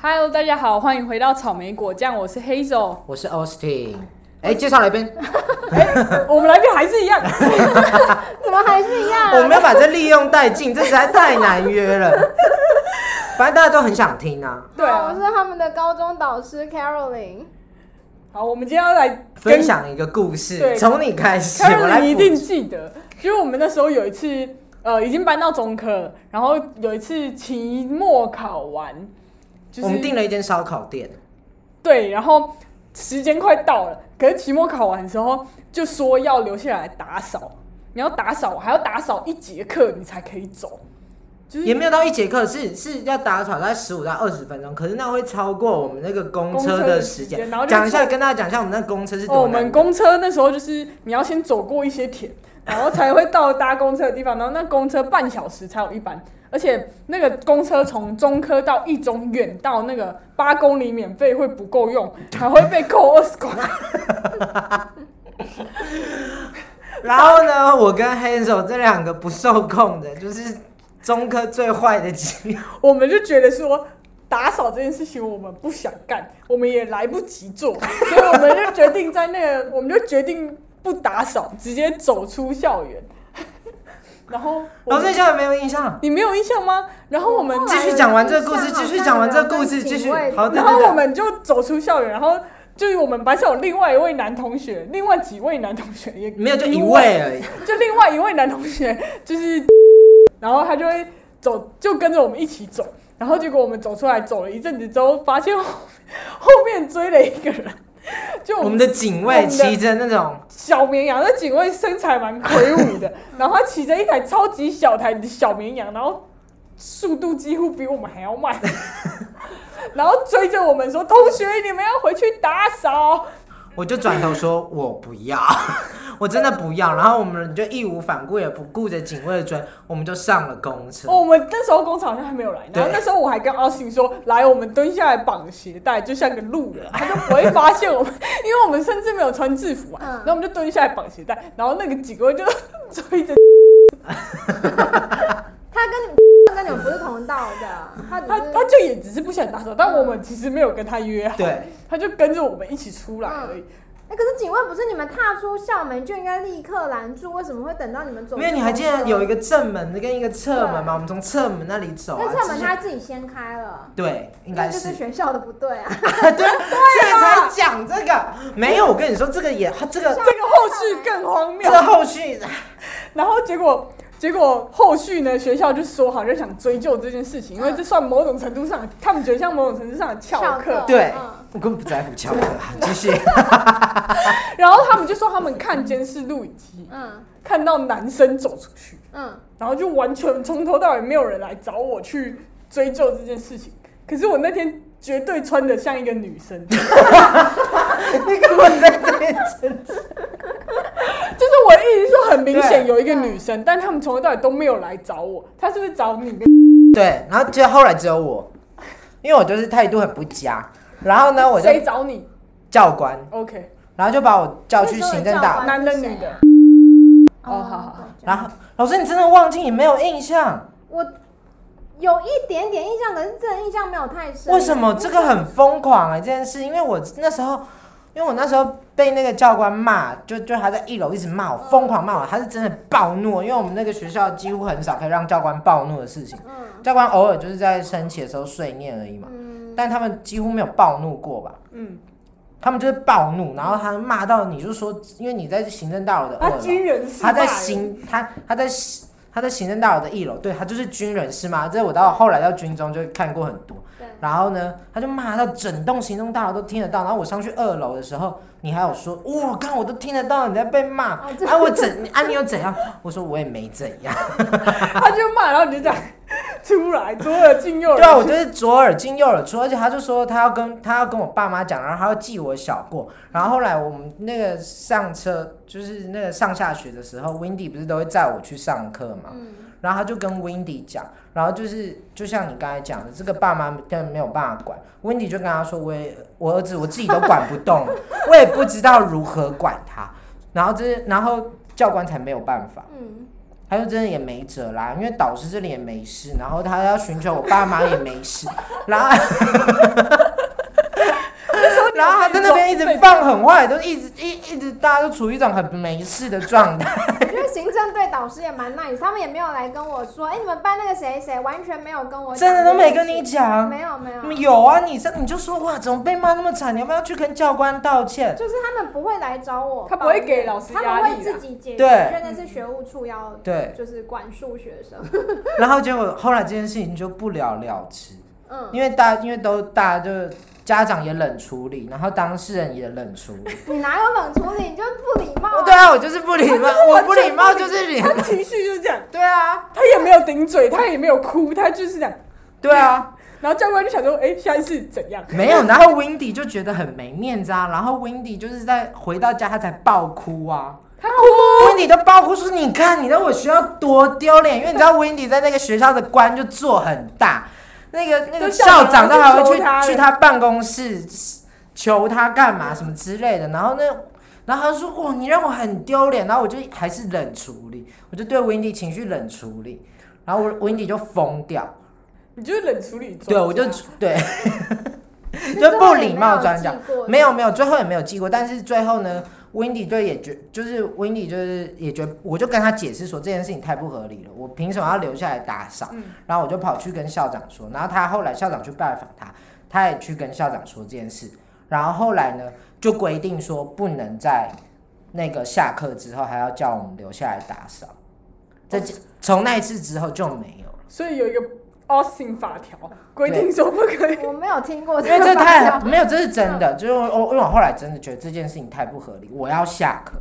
Hello，大家好，欢迎回到草莓果酱，我是 Hazel。我是 Austin。哎，介绍来宾， 我们来宾还是一样， 怎么还是一样、啊我们要把这利用殆尽，这实在太难 约了。反正大家都很想听啊，对好我啊。是他们的高中导师 Caroline。好，我们今天要来跟分享一个故对事，从你开始，我 Karen 来你一补定记得，就是我们那时候有一次，呃，已经搬到中科，然后有一次期末考完，就是我们订了一间烧烤店，对，然后时间快到了，可是期末考完的时候就说要留下来打扫，你要打扫，还要打扫一节课你才可以走，就是也没有到一节课，是是要打扫在十五到二十分钟，可是那会超过我们那个公公车车的的时时间间然后。就讲一下，跟大家讲一下我们那公车哦，是我多难们。公车那时候就是你要先走过一些田，然后才会到搭公车的地方，然后那公车半小时才有一班，而且那个公车从中科到一中远到那个八公里免费会不够 用，还会被扣二十块。然后呢，我跟 Hazel 这两个不受控的，就是中科最坏的机我们就觉得说。打扫这件事情我们不想干，我们也来不及做，所以我们就决定在那个，我们就决定不打扫，直接走出校园。然后我老们师哦现在没有印象。你没有印象吗？然后我们继续讲完这个故事，继续讲完这个故事，继续好，对然后对我对，们就走出校园，然后就是我们班上有另外一位男同学，另外几位男同学也没有就一，位而已。就另外一位男同学就是，然后他就会走，就跟着我们一起走，然后结果我们走出来走了一阵子之后，发现后后面追了一个人，就我我们们的警卫骑着那种，小绵羊，那警卫身材蛮魁梧的，然后他骑着一台超级小台的小绵羊，然后速度几乎比我们还要慢， 然后追着我们说：“同学，你们要回去打扫。我就转头说：“我不要，我真的不要。”然后我们就义无反顾，也不顾着警卫的追，我们就上了公车。哦”我们那时候工厂好像还没有来，然后对那时候我还跟阿信说：“来，我们蹲下来绑鞋带，就像个路人，他就不会发现我们，因为我们甚至没有穿制服啊。嗯然后我们就蹲下来绑鞋带，然后那个警卫就 追着他跟你跟你们不是同道的，他只他，是他就也只是不想打扫，但我们其实没有跟他约好。对，他就跟着我们一起出来而已。嗯哎、可是警卫不是你们踏出校门就应该立刻拦住，为什么会等到你们走？没有，你还记得有一一个正门跟一个侧门吗？对我们从侧门那里走啊那，侧门其实他自己先开了，对，应那该就是是学校的不对啊。 对，所以才讲这个。没有，我跟你说，这个也他这个这个后续更荒这谬。个后续，然后结果，结果后续呢，学校就说好像想追究这件事嗯情，因为这算某种程度上，他们觉得像某种程度上的翘翘课课。对嗯我根本不在乎翘课啊，继续。然后他们就说他们看监视录影机，嗯看到男生走出去，嗯，然后就完全从头到尾没有人来找我去追究这件事情。可是我那天绝对穿的像一个女生， 你根本在这边就是我的意思说很明显对有一个女生，但他们从头到尾都没有来找我。他是不是找你跟对，然后就后来只有我，因为我就是态度很不佳。然后呢，我就谁找你教官， ？OK，然后就把我叫去行政啊大。男的是谁女的啊？哦好好好对然后老师，你真的忘记你没有印象？我有一点点印象，可是真的印象没有太深。为什么这个很疯狂哎、这件事？因为我那时候，因为我那时候被那个教官骂，就就他在一楼一直骂我，疯狂骂我，他是真的暴怒。因为我们那个学校几乎很少可以让教官暴怒的事情，嗯教官偶尔就是在升旗的时候碎念而已嘛， 嗯，但他们几乎没有暴怒过吧。嗯，他们就是暴怒，然后他骂到你就说，因为你在行政大楼的二他楼，军人是他在行他他在他在行政大楼的一楼，对他就是军人是吗？这我到后来到军中就看过很多。对，然后呢，他就骂到整栋行政大楼都听得到。然后我上去二楼的时候，你还有说，哇、看我都听得到你在被骂，哦这啊我怎啊你又怎样？我说我也没怎样。啊他就骂，然后你就这样出来，左耳进 右耳。对啊，我就是左耳进右耳出，而且他就说他要跟他要跟我爸妈讲，然后他要记我小过。然后后来我们那个上车，就是那个上下学的时候，Windy 不是都会载我去上课嘛，嗯然后他就跟 Windy 讲，然后就是就像你刚才讲的，这个爸妈但没有办法管，Windy 就跟他说，我也我儿子我自己都管不动了，我也不知道如何管他。然后这然后教官才没有办法。嗯，他就真的也没辙啦，因为导师这里也没事，然后他要寻求我爸妈也没事，然后 然后他在那边一直放很坏，都一直一一直大家都处于一种很没事的状态。我 觉得行政队导师也蛮 nice，他们也没有来跟我说，哎、你们班那个谁谁完全没有跟我讲真的都这件没跟事你啊讲没有没有，有啊，你这你就说哇，怎么被骂那么惨？你要不要去跟教官道歉？就是他们不会来找我抱怨，他不会给老师他压们会力自啦。己解决，对我觉得那是学务处要对，就是管束学生，然后结果后来这件事情就不了了之，嗯，因为大因为都大家就家长也冷处理，然后当事人也冷处理。你哪有冷处理，你就是不礼貌、啊，对啊，我就是不礼貌，我不礼貌就是脸。他情绪就是这样，对啊，他也没有顶嘴，他也没有哭，他就是这样。对啊，然后教官就想说，哎、下一次怎样？ 没有。然后 Windy 就觉得很没面子啊，然后 Windy 就是在回到家他才爆哭啊。他哭， Windy 都爆哭说：“你看，你在我学校多丢脸，因为你知道 Windy 在那个学校的官就做很大，那个那个就校校长长都还会就去求他去了他办公室求他干嘛什么之类的。然后那，然后他就说：‘哇，你让我很丢脸。’然后我就还是冷处理，我就对 Windy 情绪冷处理，然后我 Windy 就疯掉，你就是冷处理专家。对我就对。”你就最后不也礼没貌有专记讲过没有没有，最后也没有记过。但是最后呢，Windy 队也觉就是 Windy 就是也觉，我就跟他解释说这件事情太不合理了，我凭什么要留下来打扫？嗯然后我就跑去跟校长说，然后他后来校长去拜访他，他也去跟校长说这件事，然后后来呢就规定说不能在那个下课之后还要叫我们留下来打扫，这从那一次之后就没有了。所以有一个 Austin 法条规定说不可以。我没有听过因个为这太版本没有，这是真嗯的，就是我我因为我后来真的觉得这件事情太不合理，我要下课。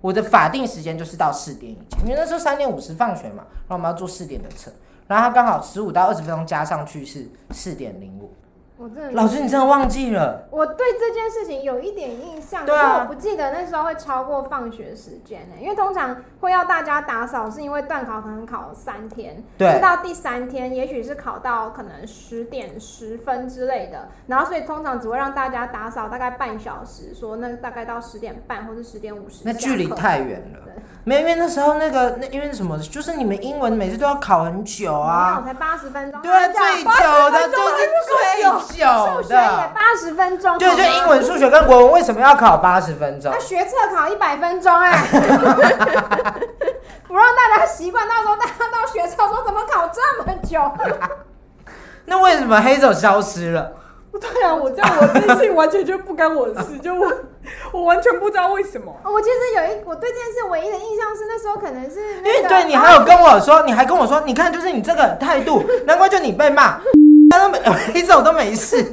我的法定时间就是到四点以前，因为那时候三点五十放学嘛，然后我们要坐四点的车，然后他刚好十五到二十分钟加上去是四点零五。我真的老。师，你真的忘记了？我对这件事情有一点印象，对可啊是我不记得那时候会超过放学时间呢、因为通常会要大家打扫，是因为段考可能考三天，对直到第三天，也许是考到可能十点十分之类的，然后所以通常只会让大家打扫大概半小时，说那大概到十点半或是十点五十，那距离太远了对。没有，因为那时候那个那因为什么，就是你们英文每次都要考很久啊，啊我，才八十分钟，对啊，这样最久的就是最久数学也的，八十分钟，对，好就吗英文、数学跟国文为什么要考八十分钟那？学测考一百分钟哎、 不让大家习惯，到时候大家到学测说怎么考这么久？ 那为什么黑手消失了？ 对啊，我这样我这件事情完全就不干我的 事，就我我完全不知道为什么。我其实有一，我对这件事唯一的印象是那时候可能是、因那个为对你还有跟我说，你还跟我说，你看就是你这个态度，难怪就你被骂，他都没黑手都没事。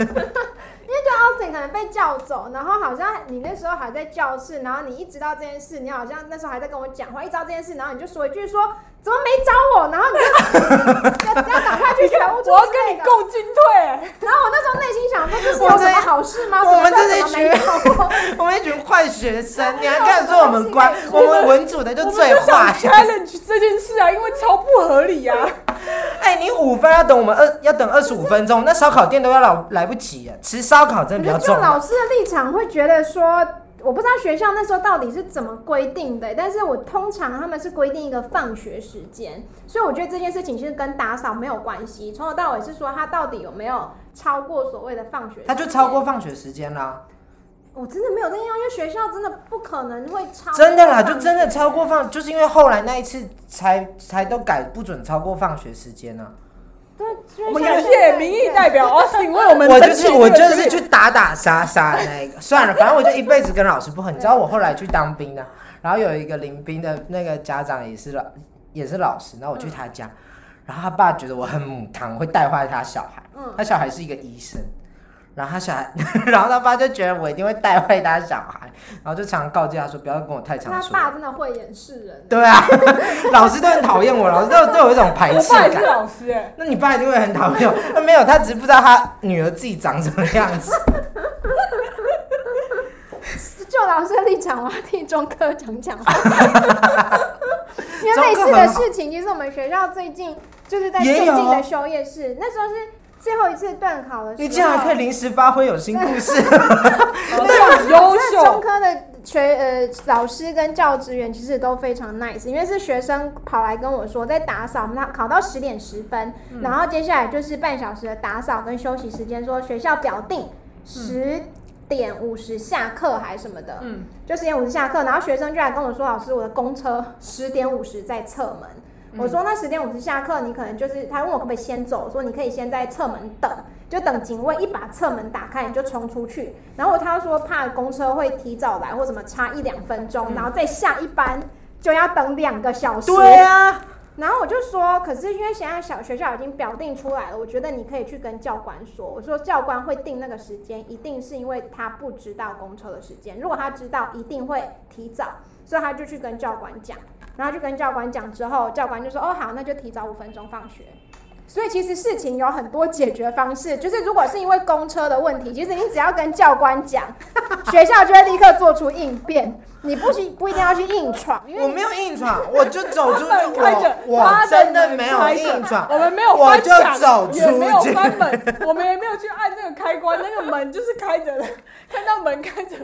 因为就 Austin 可能被叫走，然后好像你那时候还在教室，然后你一直到这件事，你好像那时候还在跟我讲话，一知道这件事，然后你就说一句说怎么没找我， 然后你就要要赶快去学务处我要之跟类你的共进退、然后我那时候内心想说这是有什么好事吗？我们什么这叫是怎么没找我。我们一群坏学生，你还敢说我们乖？我们文组的就我们最就想坏。 challenge 这件事啊，因为超不合理啊。哎、你五分要等我们二要等二十五分钟，那烧烤店都要来来不及了，吃烧烤真的比较可是就重啊要。老师的立场会觉得说，我不知道学校那时候到底是怎么规定的，但是我通常他们是规定一个放学时间，所以我觉得这件事情其实跟打扫没有关系，从头到尾是说他到底有没有超过所谓的放学，他就超过。放学时间啦，我真的没有这样，因为学校真的不可能会超过真的啦，就放学真的超过放，就是因为后来那一次才才都改不准超过放学时间呢、啊对，所以我们像感现在谢民意代表 Austin 为我们我就争取是这个我就是权利去打打杀杀的那一个，算了，反正我就一辈子跟老师不和。你知道我后来去当兵的，然后有一个临兵的那个家长也是老也是老师，然后我去他家，然后他爸觉得我很母汤，会带坏他小孩，嗯他小孩是一个医生。然后他小孩， 然后他爸就觉得我一定会带坏他小孩，然后就常告诫他说不要跟我太常他说。爸真的慧眼识人，对啊， 老师都很讨厌我，老师都对我有一种排我斥爸感也是。老师哎、那你爸一定会很讨厌我。那没有，他只是不知道他女儿自己长什么样子。就老师的立场，我要替中科长讲 话。因为类似的事情，其实我们学校最近就是在也最有近的休业式，那时候是最后一次段考的时候，你竟然还可以临时发挥有新故 事，那很优我觉得中秀，科的学呃老师跟教职员其实都非常 nice，因为是学生跑来跟我说，在打扫，我们他考到十点十分，然后接下来就是半小时的打扫跟休息时间，说学校表定十点五十下课还是什么的，嗯，就十点五十下课，然后学生就来跟我说，老师我的公车十点五十在侧门。我说那十点五十下课，你可能就是他问我可不可以先走，我说你可以先在侧门等，就等警卫一把侧门打开你就冲出去。然后他说怕公车会提早来或什么差一两分嗯钟，然后再下一班就要等两个小时。对啊，然后我就说，可是因为现在小学校已经表定出来了，我觉得你可以去跟教官说，我说教官会定那个时间，一定是因为他不知道公车的时间，如果他知道，一定会提早，所以他就去跟教官讲，然后就跟教官讲之后，教官就说，哦好，那就提早五分钟放学。所以其实事情有很多解决方式，就是如果是因为公车的问题，其实你只要跟教官讲，学校就会立刻做出应变，你不需不一定要去硬闯，因为我没有硬闯，我就走出去，门开着我我真的没有硬我闯，们没有我翻就墙，走也没有出去翻门，我们也没有去按那个开关，那个门就是开着的， 看到门开着，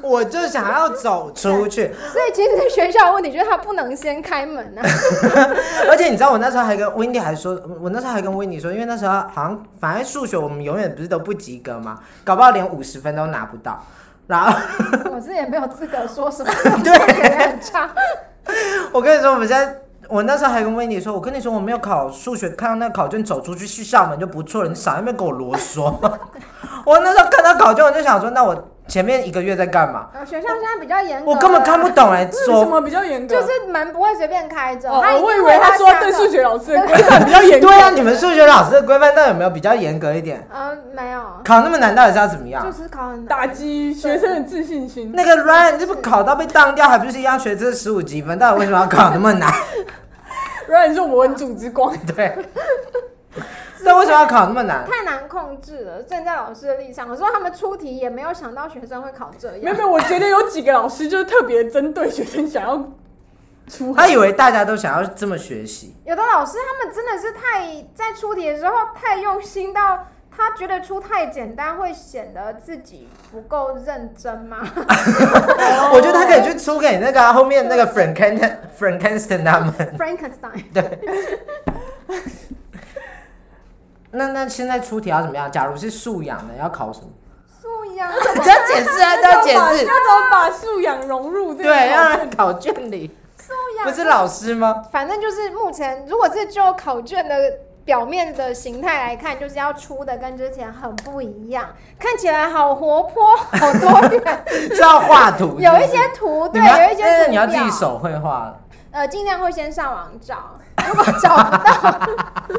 我就想要走出去。所以其实学校的问题就是他不能先开门啊。 而且你知道，我那时候还跟 Wendy 还说，我那时候还跟 Wendy 说，因为那时候好像反正数学我们永远不是都不及格嘛，搞不好连五十分都拿不到。然后我自己也没有资格说什么，对，觉得很差。我跟你说，我们现在。我那时候还跟 Wendy 说，我跟你说我没有考数学，看到那个考卷走出去去校门就不错了，你少在那边给我啰嗦。 我那时候看到考卷，我就想说，那我前面一个月在干嘛？呃学校现在比较严格，我根本看不。懂哎、这是说什么比较严格？就是门不会随便开着，哦，他一定我以会为他说下对课数。学老师的规范比较严格， 对啊，你们数学老师的规范到底有没有比较严格一点？呃，没有，考那么难到底是要怎么就样？是考很难。打击学生的自信心。那个 Ryan 这不考到被当掉，还不是一样学这十五积分？到底为什么要考那么难？然你是我们组之光，对，那为什么要考那么难？太难控制了，站在老师的立场，我说他们出题也没有想到学生会考这没有样没。有，我觉得有几个老师就是特别针对学生想要出他以为大家都想要这么学习，有的老师他们真的是太在出题的时候太用心到，他觉得出太简单会显得自己不够认真 吗？我觉得他可以去出给那个啊、后面那个 Frank Kenton、Frank Kenston 他们。 Frankenstein。那那现在出题要怎么样？假如是素养的，要考什么？素养， 这要解释啊，这要解要释。怎么把素养融入这个对，考要卷让考卷里，素不养，是老师吗？反正就是目前，如果是就考卷的表面的形态来看，就是要出的跟之前很不一样，看起来好活泼，好多元，是要画图，有一是不是些图，你对，们要有一些但图是你要自表己手绘画了。呃，尽量会先上网找，如果找不到，如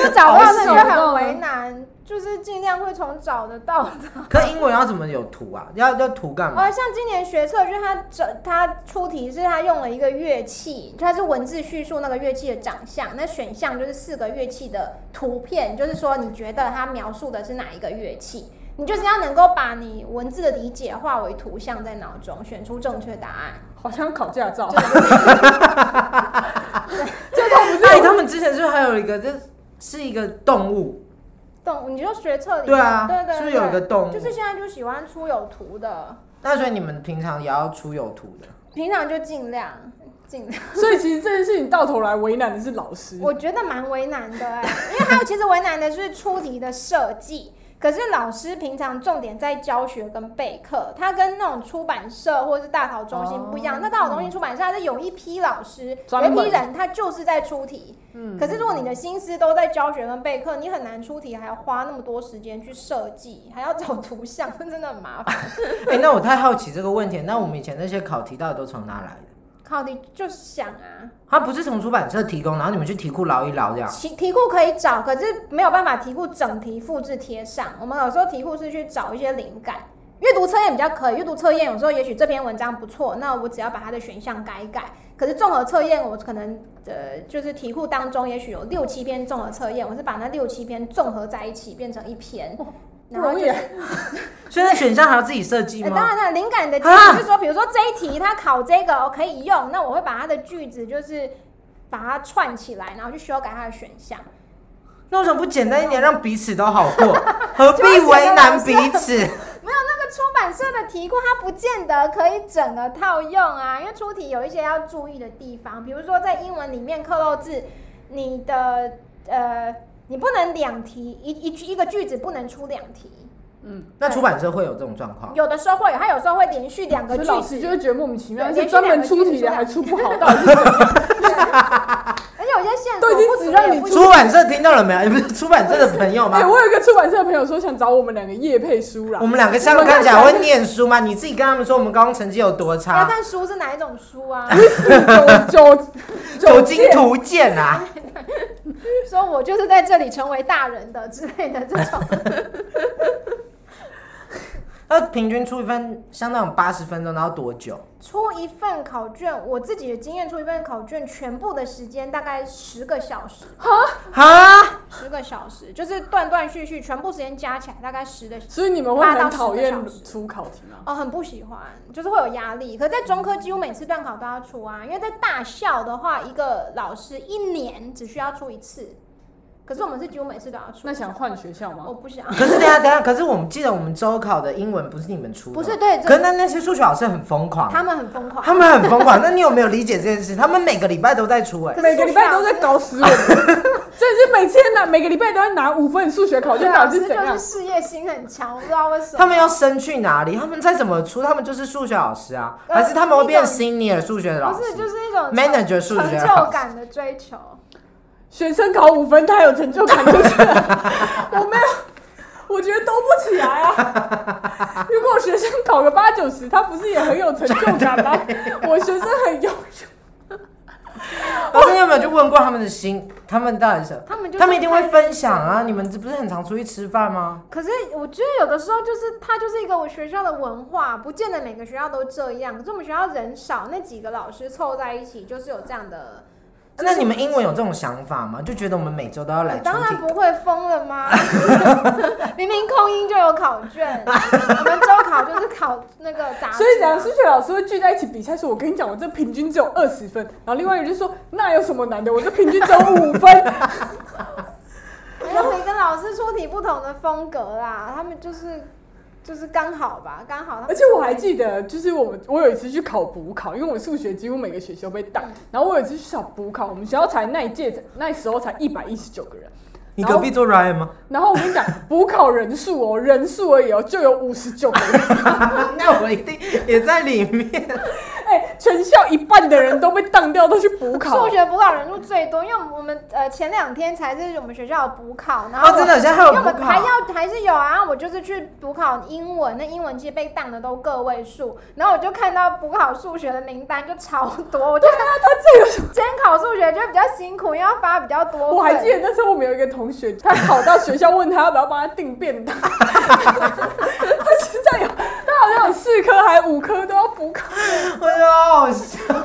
果找不到，那就哦很为难，就是尽量会从找得到可英文要怎么有图啊？要要图干嘛？呃，像今年学测，就是他整他出题是他用了一个乐器，它是文字叙述那个乐器的长相，那选项就是四个乐器的图片，就是说你觉得它描述的是哪一个乐器，你就是要能够把你文字的理解化为图像在脑中，选出正确答案。好像考驾照， 哎，他们之前是不是还有一个，这是一个动物，动，你就学测里对啊，对对是不对，是有一个动就是物？现在就喜欢出有图的，那所以你们平常也要出有图的，平常就尽量尽量。所以其实这件事情到头来为难的是老师。我觉得蛮为难的哎、因为还有其实为难的是出题的设计。可是老师平常重点在教学跟备课，他跟那种出版社或是大考中心不一样。那大考中心出版社它是有一批老师，有一哦专门嗯批人他就是在出题。可是如果你的心思都在教学跟备课，你很难出题，还要花那么多时间去设计，还要找图像， 那真的很麻烦。哎，那我太好奇这个问题。那我们以前那些考题到底都从哪来的？考题就是想啊，它不是从出版社提供，然后你们去题库捞一捞这 样？题题库可以找，可是没有办法题库整题复制贴上。我们有时候题库是去找一些灵感，阅读测验比较可以。阅读测验有时候也许这篇文章不错，那我只要把它的选项改一改。可是综合测验，我可能呃就是题库当中也许有六七篇综合测验，我是把那六七篇综合在一起变成一篇。不然后容易就啊是，所以那选项还要自己设计呃当吗？然了，灵感的机啊制是说，比如说这一题它考这个我可以用，那我会把它的句子就是把它串起来，然后去修改它的选项。那为什么不简单一点，让彼此都好 过？何必为难彼此？那个出版社的题库，它不见得可以整个套用啊，因为出题有一些要注意的地方，比如说在英文里面刻漏字，你的呃，你不能两题一一句一个句子不能出两题，嗯，那出版社会有这种状况？有的时候会有，它有时候会连续两个所以句哦老师就子，会觉得莫名其妙，而对且专门出题的还出不好，到底是怎么而且有些线索都已经不只足让也你不出 行出版社听到了没有？ 不是出版社的朋友 哎、吗？我有一个出版社的朋友说想找我们两个叶配书啦 我，们两个相看起来会念书吗？你自己跟他们说我们高中成绩有多要差，看书是哪一种书啊？ 九 九走经图鉴啊！说我就是在这里成为大人的之类的这种， 那平均出一份相当于八十分钟，然后多久？出一份考卷，我自己的经验，出一份考卷全部的时间大概十个小时，哈，十个小时就是断断续续，全部时间加起来大概十的。所以你们会很讨厌出考题吗？哦，很不喜欢，就是会有压力。可在中科几乎每次段考都要出啊，因为在大校的话，一个老师一年只需要出一次，可是我们是几乎每次都要出。那想换学校我吗？不想，可是等一下等一下，可是我们记得我们周考的英文不是你们出的，不是。对，可这是那那些数学老师很疯狂，他们很疯狂。他们很疯狂。那你有没有理解这件事？他们每个礼拜都在 出哎、可是每个礼拜都在搞死 我们，这是每天拿每个礼拜都要拿五份数学考对卷，啊到老底师是怎就样是？事业心很强，我不知道为什么。他们要升去哪里？他们再怎么出，他们就是数学老师啊，还是他们会变 senior 数学老呃不师？是，就是一种 manager 数成学成老就师感的追求。学生考五分，他有成就感就是了。我没有，我觉得兜不起来啊。如果我学生考个八九十，他不是也很有成就感吗？我学生很优秀，老师，你有没有去问过他们的心？他们到底是？他们就是他们一定会分享啊！你们这不是很常出去吃饭吗？可是我觉得有的时候就是它就是一个我学校的文化，不见得每个学校都这样。可是我们学校人少，那几个老师凑在一起就是有这样的。那你们英文有这种想法吗？就觉得我们每周都要来我出当然题，不会疯了 吗？明明空音就有考卷，我们周考就是考那个杂志啊。所以两个数学老师会聚在一起比赛，说我跟你讲，我这平均只有二十分。然后另外一个就说，那有什么难的？我这平均只有五分。然后每个老师出题不同的风格啦，他们就是就是刚好吧，刚好他们而且我还记得，就是我们我有一次去考补考，因为我数学几乎每个学期都被挡嗯。然后我有一次去考补考，我们学校才那一届那时候才一百一十九个人。你隔壁做 Ryan 吗？然后我跟你讲，补考人数哦，人数而已哦，就有五十九个人，那我一定也在里面。哎、全校一半的人都被当掉，都去补考数。学补考人数最多，因为我们呃前两天才是我们学校的补考，然后哦，我、真的，现在还因有为我补们还考。要还是有啊，我就是去补考英文，那英文其实被当的都个位数，然后我就看到补考数学的名单就超多，我就看到他这个监考数学就比较辛苦，因为要发比较多份。我还记得那时候我们有一个同学，他考到学校问他要不要帮他订便当，他现在有，他好像有四科还五科都要补考，我觉得好好笑。就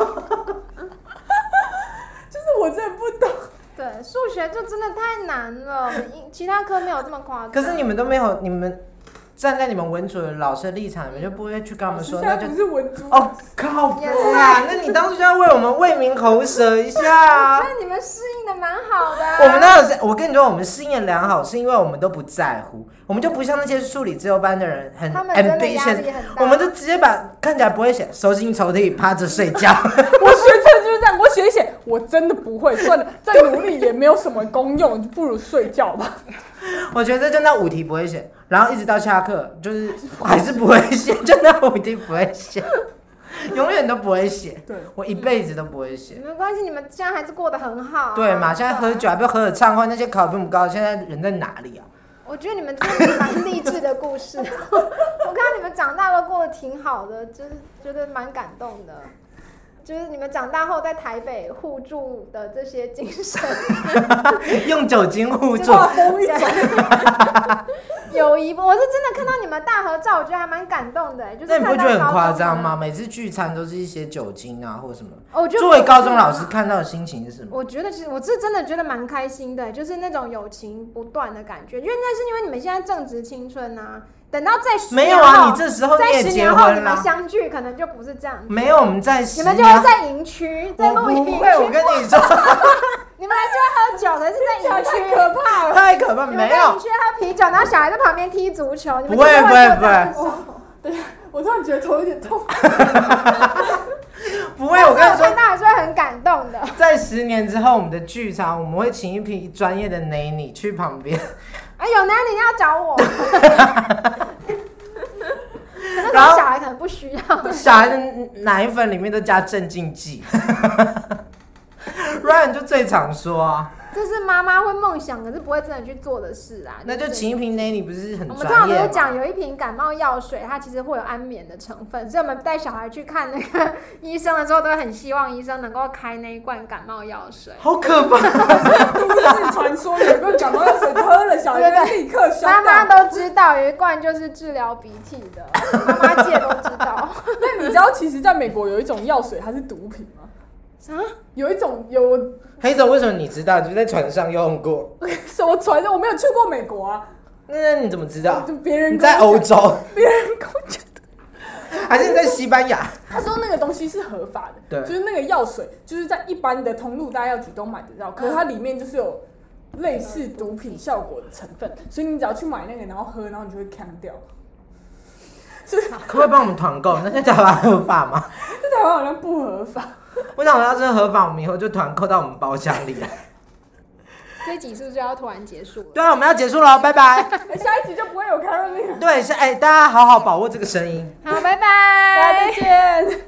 是我真的不懂。对数学就真的太难了，我们英其他科没有这么夸张。可是你们都没有，你们站在你们文主的老师的立场，你们就不会去跟他们说，啊那他就不是文珠，哦靠谱啦！那你当初就要为我们为民喉舌一下啊！那你们适应的蛮好的、啊，我们那有，我跟你说，我们适应良好，是因为我们都不在乎，我们就不像那些数理自由班的人很他们真的压 ambitious，力很大。我们就直接把看起来不会写手心抽屉趴着睡觉。我学测就是这样，我写一写，我真的不会，算了，再努力也没有什么功用，就不如睡觉吧。我觉得就那五题不会写，然后一直到下课就是还是不会写，就那五题不会写，永远都不会写，对，我一辈子都不会写。没关系，你们现在还是过得很哦好、啊对嘛？现在喝酒。还被喝的畅快，那些考分不高，现在人在哪里啊？ 我觉得你们真的蛮励志的故事， 我看到你们长大都过得挺好的，就是觉得蛮感动的。就是你们长大后在台北互助的这些精神，用酒精互 助，话锋一转，友谊，我是真的看到你们大合照，我觉得还蛮感动的。欸就是那你不会看到觉得很高夸中张的吗？？每次聚餐都是一些酒精啊，或者什么。哦，我觉得作为高中不老是师看到的心情是什么？我觉得其实我是真的觉得蛮开心的，欸就是那种友情不断的感觉，因为那是因为你们现在正值青春呐、等到在十没年有啊，后你这时候你在也十结年后婚你们啦。相聚可能就不是这样子，没有，我们在你十们就年会在营区，在我露不营区，会，我跟你说，你你们还是会喝酒，可是在太营区。可怕了。太可怕，你 没们在营有，区喝啤酒，然后小孩在旁边踢足球，你们不会就是不会做这不会样的事我突然觉得头有点痛。不会。我跟但你是说，我看到还是会很感动 的。在十年之后，我们的剧场我们会请一批专业的 n a n y 去旁 边，哎，有男你要找 我。可那时然后候小孩可能不需要，小孩的奶粉里面都加镇静 剂。Ryan 就最常说啊，这是妈妈会梦想，可是不会真的去做的事啊。那就是请一批 n a n y 不是很我们通专常都业是吗？讲有一瓶感冒药水，它其实会有安眠的成分，所以我们带小孩去看那个 医生的时候，都很希望医生能够开那一罐感冒药水。好可怕！ 都市传说有个感冒药水喝了，小孩就立刻消妈妈掉。都知道有一罐就是治疗鼻涕的，妈妈界都 知道。那你知道，其实在美国有一种药水它是毒品吗？什么？有一种有黑总，为什么你知道？你就在船上用过，什么传说？我没有去过美国啊，那你怎么知道？就别人啊你跟我在欧洲，别人跟我讲，还是你在西班牙？他说那个东西是合法的，对就是那个药水，就是在一般的通路大药局都买得嗯到，可是它里面就是有类似毒品效果的成分，所以你只要去买那个，然后喝，然后你就会呛掉。就是可不可以帮我们团购？那在台湾合法吗？在台湾好像不合法，我想说要真的合法，我们以后就团购到我们包厢 里来。这集是不是要突然结束了？对啊，我们要结束了，拜拜。哎下一集就不会有 Caroline 了。对，是哎、大家好好把握这个声音。好，拜拜，大家再见。